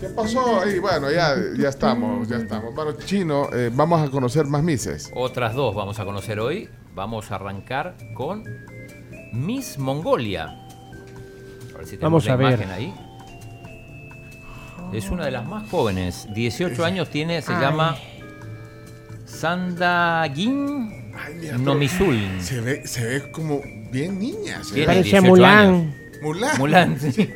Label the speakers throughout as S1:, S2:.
S1: ¿Qué pasó? Y bueno, ya, ya estamos, ya estamos. Bueno, Chino, eh, vamos a conocer más Mises.
S2: Otras dos vamos a conocer hoy. Vamos a arrancar con Miss Mongolia. A ver si tenemos
S3: Vamos
S2: la
S3: a ver.
S2: imagen ahí. Es una de las más jóvenes. 18 años tiene, se
S4: Ay.
S2: llama Sandagin Nomisul.
S1: Se ve, se ve como bien niña. se
S2: Bien.
S1: ve-
S3: Parecía
S2: 18
S3: Mulan.
S1: Mulan.
S2: Mulan. sí.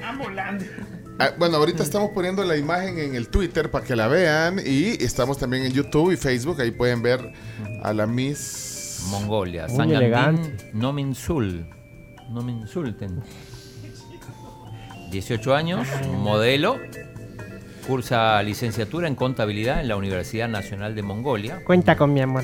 S1: Ah, Bueno, ahorita estamos poniendo la imagen en el Twitter para que la vean y estamos también en YouTube y Facebook, ahí pueden ver a la Miss
S2: Mongolia.
S3: Muy
S2: Sangandín
S3: elegante.
S2: no me insul. No me insulten. 18 años, modelo. Cursa licenciatura en contabilidad en la Universidad Nacional de Mongolia.
S3: Cuenta con mi amor.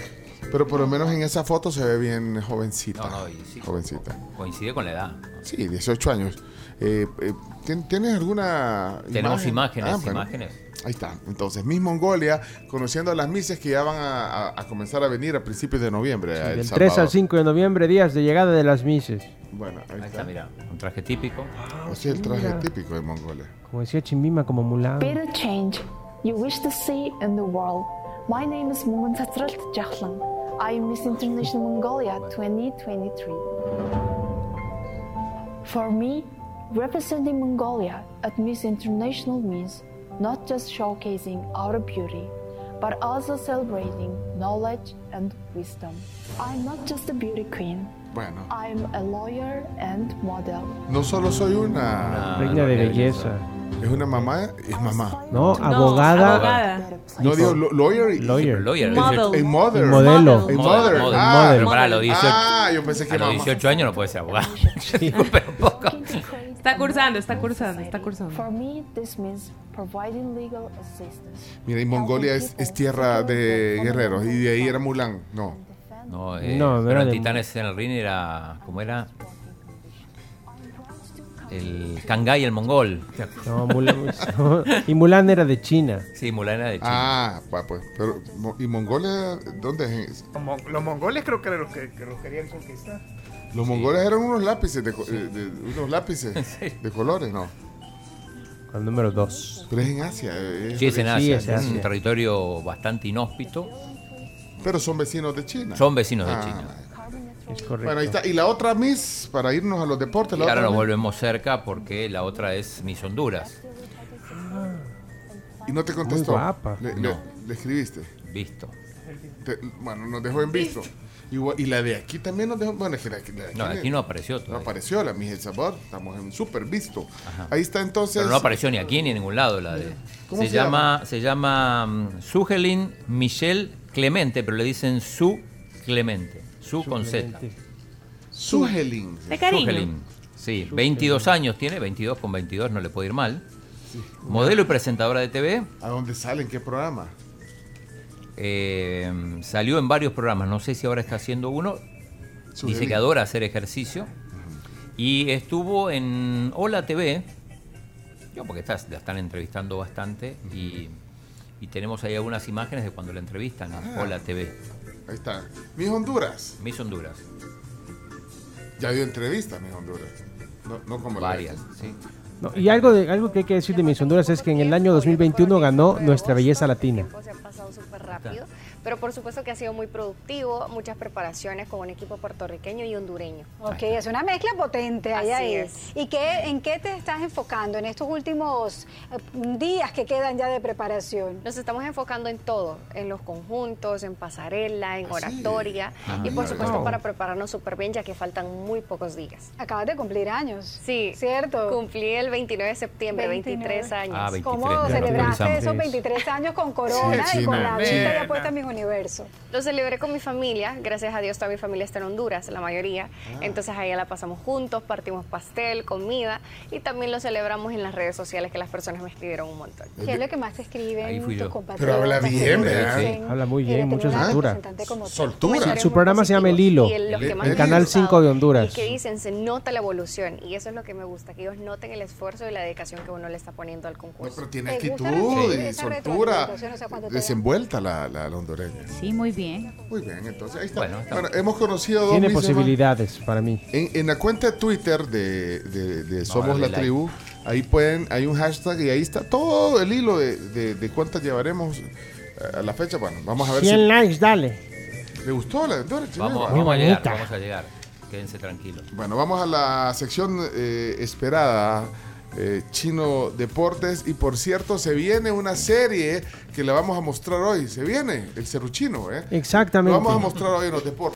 S1: Pero por lo menos en esa foto se ve bien jovencita.
S2: No, no, y sí.
S1: Jovencita.
S2: Coincide con la edad.
S1: Sí, 18 años. Eh, eh, ¿tien- ¿Tienes alguna
S2: Tenemos
S1: imagen?
S2: imágenes,
S1: Ah, bueno.
S2: imágenes.
S1: Ahí está. Entonces, Miss Mongolia, conociendo a las Misses que ya van a, a- a comenzar a venir a principios de noviembre. a El
S3: Del 3
S1: Salvador.
S3: al 5 de noviembre, días de llegada de las Mises.
S1: Bueno, ahí,
S2: Ahí
S1: está.
S2: está, mira, un traje típico.
S1: O sea, el traje típico de Mongolia.
S3: Como decía Chimbima, como Mulan.
S4: Better change you wish to see in the world. My name is Mumun Tatralt Jahlan. I am Miss International Mongolia 2023. For me, representing Mongolia at Miss International means not just showcasing our beauty, but also celebrating knowledge and wisdom. I'm not just a beauty queen,
S1: Bueno,
S4: I'm a lawyer and model.
S1: no solo soy una.
S2: Ah,
S3: Reina de belleza.
S1: Es una mamá, es mamá.
S3: No,
S4: No,
S3: abogada.
S5: abogada.
S1: No digo lo- lawyer. y-
S3: Lawyer.
S2: Lawyer,
S5: Model.
S2: 18
S1: y mother.
S3: Y modelo.
S1: Y mother.
S5: Model,
S2: model,
S1: Ah,
S3: model.
S2: Pero para los 18,
S1: ah, yo pensé que
S2: a los
S1: mamá.
S2: 18 años no puede ser abogado. Pero un poco.
S5: Está cursando, está cursando, está cursando.
S4: For me, this means providing legal assistance.
S1: Mira, y Mongolia es, es tierra de guerreros. Y de ahí era Mulan. No.
S2: No, eh,
S3: No, no
S2: pero
S3: era
S2: en
S3: de-
S2: Titanes en el Ring era. ¿Cómo era? El Kangai, el mongol.
S3: No, Mulan- no. Y Mulan era de China.
S2: Sí, Mulan era de China.
S1: Ah, va, pues. Pero, mo- ¿Y Mongolia? ¿Dónde es?
S6: Los mon- Los mongoles creo que eran los que, que los querían conquistar.
S1: Los mongoles eran unos lápices de, co- eh, de- unos lápices de colores, ¿no?
S3: Al número 2.
S1: Pero es en Asia. eh, es-
S2: sí, es en
S3: sí,
S2: Asia.
S3: es
S2: Es,
S3: en
S2: un
S3: Asia.
S2: territorio bastante inhóspito.
S1: Pero son vecinos de China.
S2: Son vecinos
S1: Ah,
S2: de China.
S3: Es correcto.
S1: Bueno, ahí está. Y la otra Miss, para irnos a los deportes,
S2: Y
S1: la
S2: ahora
S1: otra
S2: nos
S1: Miss-
S2: volvemos cerca porque la otra es Miss Honduras.
S1: Y no te contestó.
S3: Muy guapa.
S1: Le, le-
S2: No.
S1: le escribiste.
S2: Visto.
S1: Te- bueno, nos dejó en visto. Y, gua- y la de aquí también nos dejó. Bueno, es que la, la de aquí,
S2: No, aquí no apareció
S1: no
S2: todavía.
S1: apareció la Miss El Salvador. Estamos en súper visto. Ahí está entonces.
S2: Pero no apareció ni aquí ni en ningún lado la de.
S1: ¿Cómo
S2: se,
S1: se
S2: llama, se llama mm, Sugelin Michelle Clemente, pero le dicen Su Clemente. Su con Z.
S1: Sugelin.
S5: De cariño.
S2: Sugelin. Sí, 22 años tiene, 22 con 22 no le puede ir mal. Modelo y presentadora de TV.
S1: ¿A dónde sale? ¿En qué programa?
S2: eh, salió en varios programas, no sé si ahora está haciendo uno. Dice
S1: Sugelin.
S2: que adora hacer ejercicio. Y estuvo en Hola TV. Yo, porque estás, la están entrevistando bastante. Y, y tenemos ahí algunas imágenes de cuando la entrevistan
S3: Ah.
S2: en Hola TV.
S1: Ahí está. Miss Honduras.
S2: Miss Honduras.
S1: Ya dio entrevistas, Miss Honduras. No, no como la de
S3: eh,
S2: Varias.
S1: aquí.
S2: sí.
S3: No, y algo, de, algo que hay que decir de Miss Honduras es que en el año 2021 ganó nuestra belleza latina.
S7: tiempo se ha pasado súper rápido, pero por supuesto que ha sido muy productivo, muchas preparaciones con un equipo puertorriqueño y hondureño.
S8: Ok, es una mezcla potente ahí.
S7: Así
S8: ahí.
S7: es.
S8: ¿Y qué, en qué te estás enfocando en estos últimos eh, días que quedan ya de preparación?
S7: Nos estamos enfocando en todo, en los conjuntos, en pasarela, en
S1: Ah, sí.
S7: oratoria
S1: Ah,
S7: y por
S1: mira,
S7: supuesto
S1: wow.
S7: para prepararnos súper bien ya que faltan muy pocos días.
S8: Acabas de cumplir años.
S7: Sí,
S8: ¿Cierto?
S7: Cumplí el 23 de septiembre, 23 años.
S2: Ah, 23,
S8: ¿Cómo
S2: ya lo
S8: celebraste
S2: actualizamos.
S8: esos 23 años con Corona
S1: Sí,
S8: y con
S1: China.
S8: la
S6: Bien.
S8: vista ya puesta en mis universo?
S7: Lo celebré con mi familia, gracias a Dios toda mi familia está en Honduras, la mayoría. Entonces ahí la pasamos juntos, partimos pastel, comida y también lo celebramos en las redes sociales que las personas me escribieron un montón.
S8: ¿Qué es lo que más te escriben
S2: Ahí fui
S8: tus
S2: yo.
S8: compatriotas?
S1: Pero habla
S8: ¿Qué te eh,
S1: bien,
S8: dicen?
S1: ¿verdad?
S3: Habla muy bien,
S8: Mira,
S3: mucha
S8: tener una
S3: soltura.
S8: representante como tú.
S1: Soltura.
S7: Comentarios
S3: Su
S7: muy
S3: programa se llama El
S7: positivos.
S3: Hilo,
S7: Y los que
S1: el
S7: más me han
S1: Canal
S7: gustado
S3: 5 de Honduras.
S7: Y que dicen, se nota la evolución y eso es lo que me gusta, que ellos noten el esfuerzo y la dedicación que uno le está poniendo al
S1: No,
S7: concurso.
S1: pero tiene
S8: ¿Te
S1: actitud
S8: gusta recibir
S1: y
S8: esa
S1: soltura.
S8: retroalimentación? O sea, cuando te dan-
S1: Desenvuelta la, la, la hondureña.
S9: Sí, muy bien.
S1: Muy bien, entonces ahí está.
S2: Bueno, está
S1: Bueno, hemos conocido a dos
S3: Tiene
S1: Miss Eva.
S3: posibilidades para mí.
S1: En, en la cuenta de Twitter de, de- de Somos
S2: dale
S1: la
S2: like.
S1: Tribu, ahí pueden, hay un hashtag y ahí está todo el hilo de, de- de cuántas llevaremos eh, a la fecha. Bueno, vamos a ver
S3: 100 likes, dale.
S1: si. ¿Le gustó la doctora Chineva?
S2: Vamos,
S3: Muy
S2: vamos a llegar,
S3: bonita.
S2: vamos a llegar. Quédense tranquilos.
S1: Bueno, vamos a la sección eh, esperada. eh, Chino Deportes y por cierto se viene una serie que la vamos a mostrar hoy se viene el Cerruchino eh Lo
S3: Exactamente.
S1: vamos a mostrar hoy en los deportes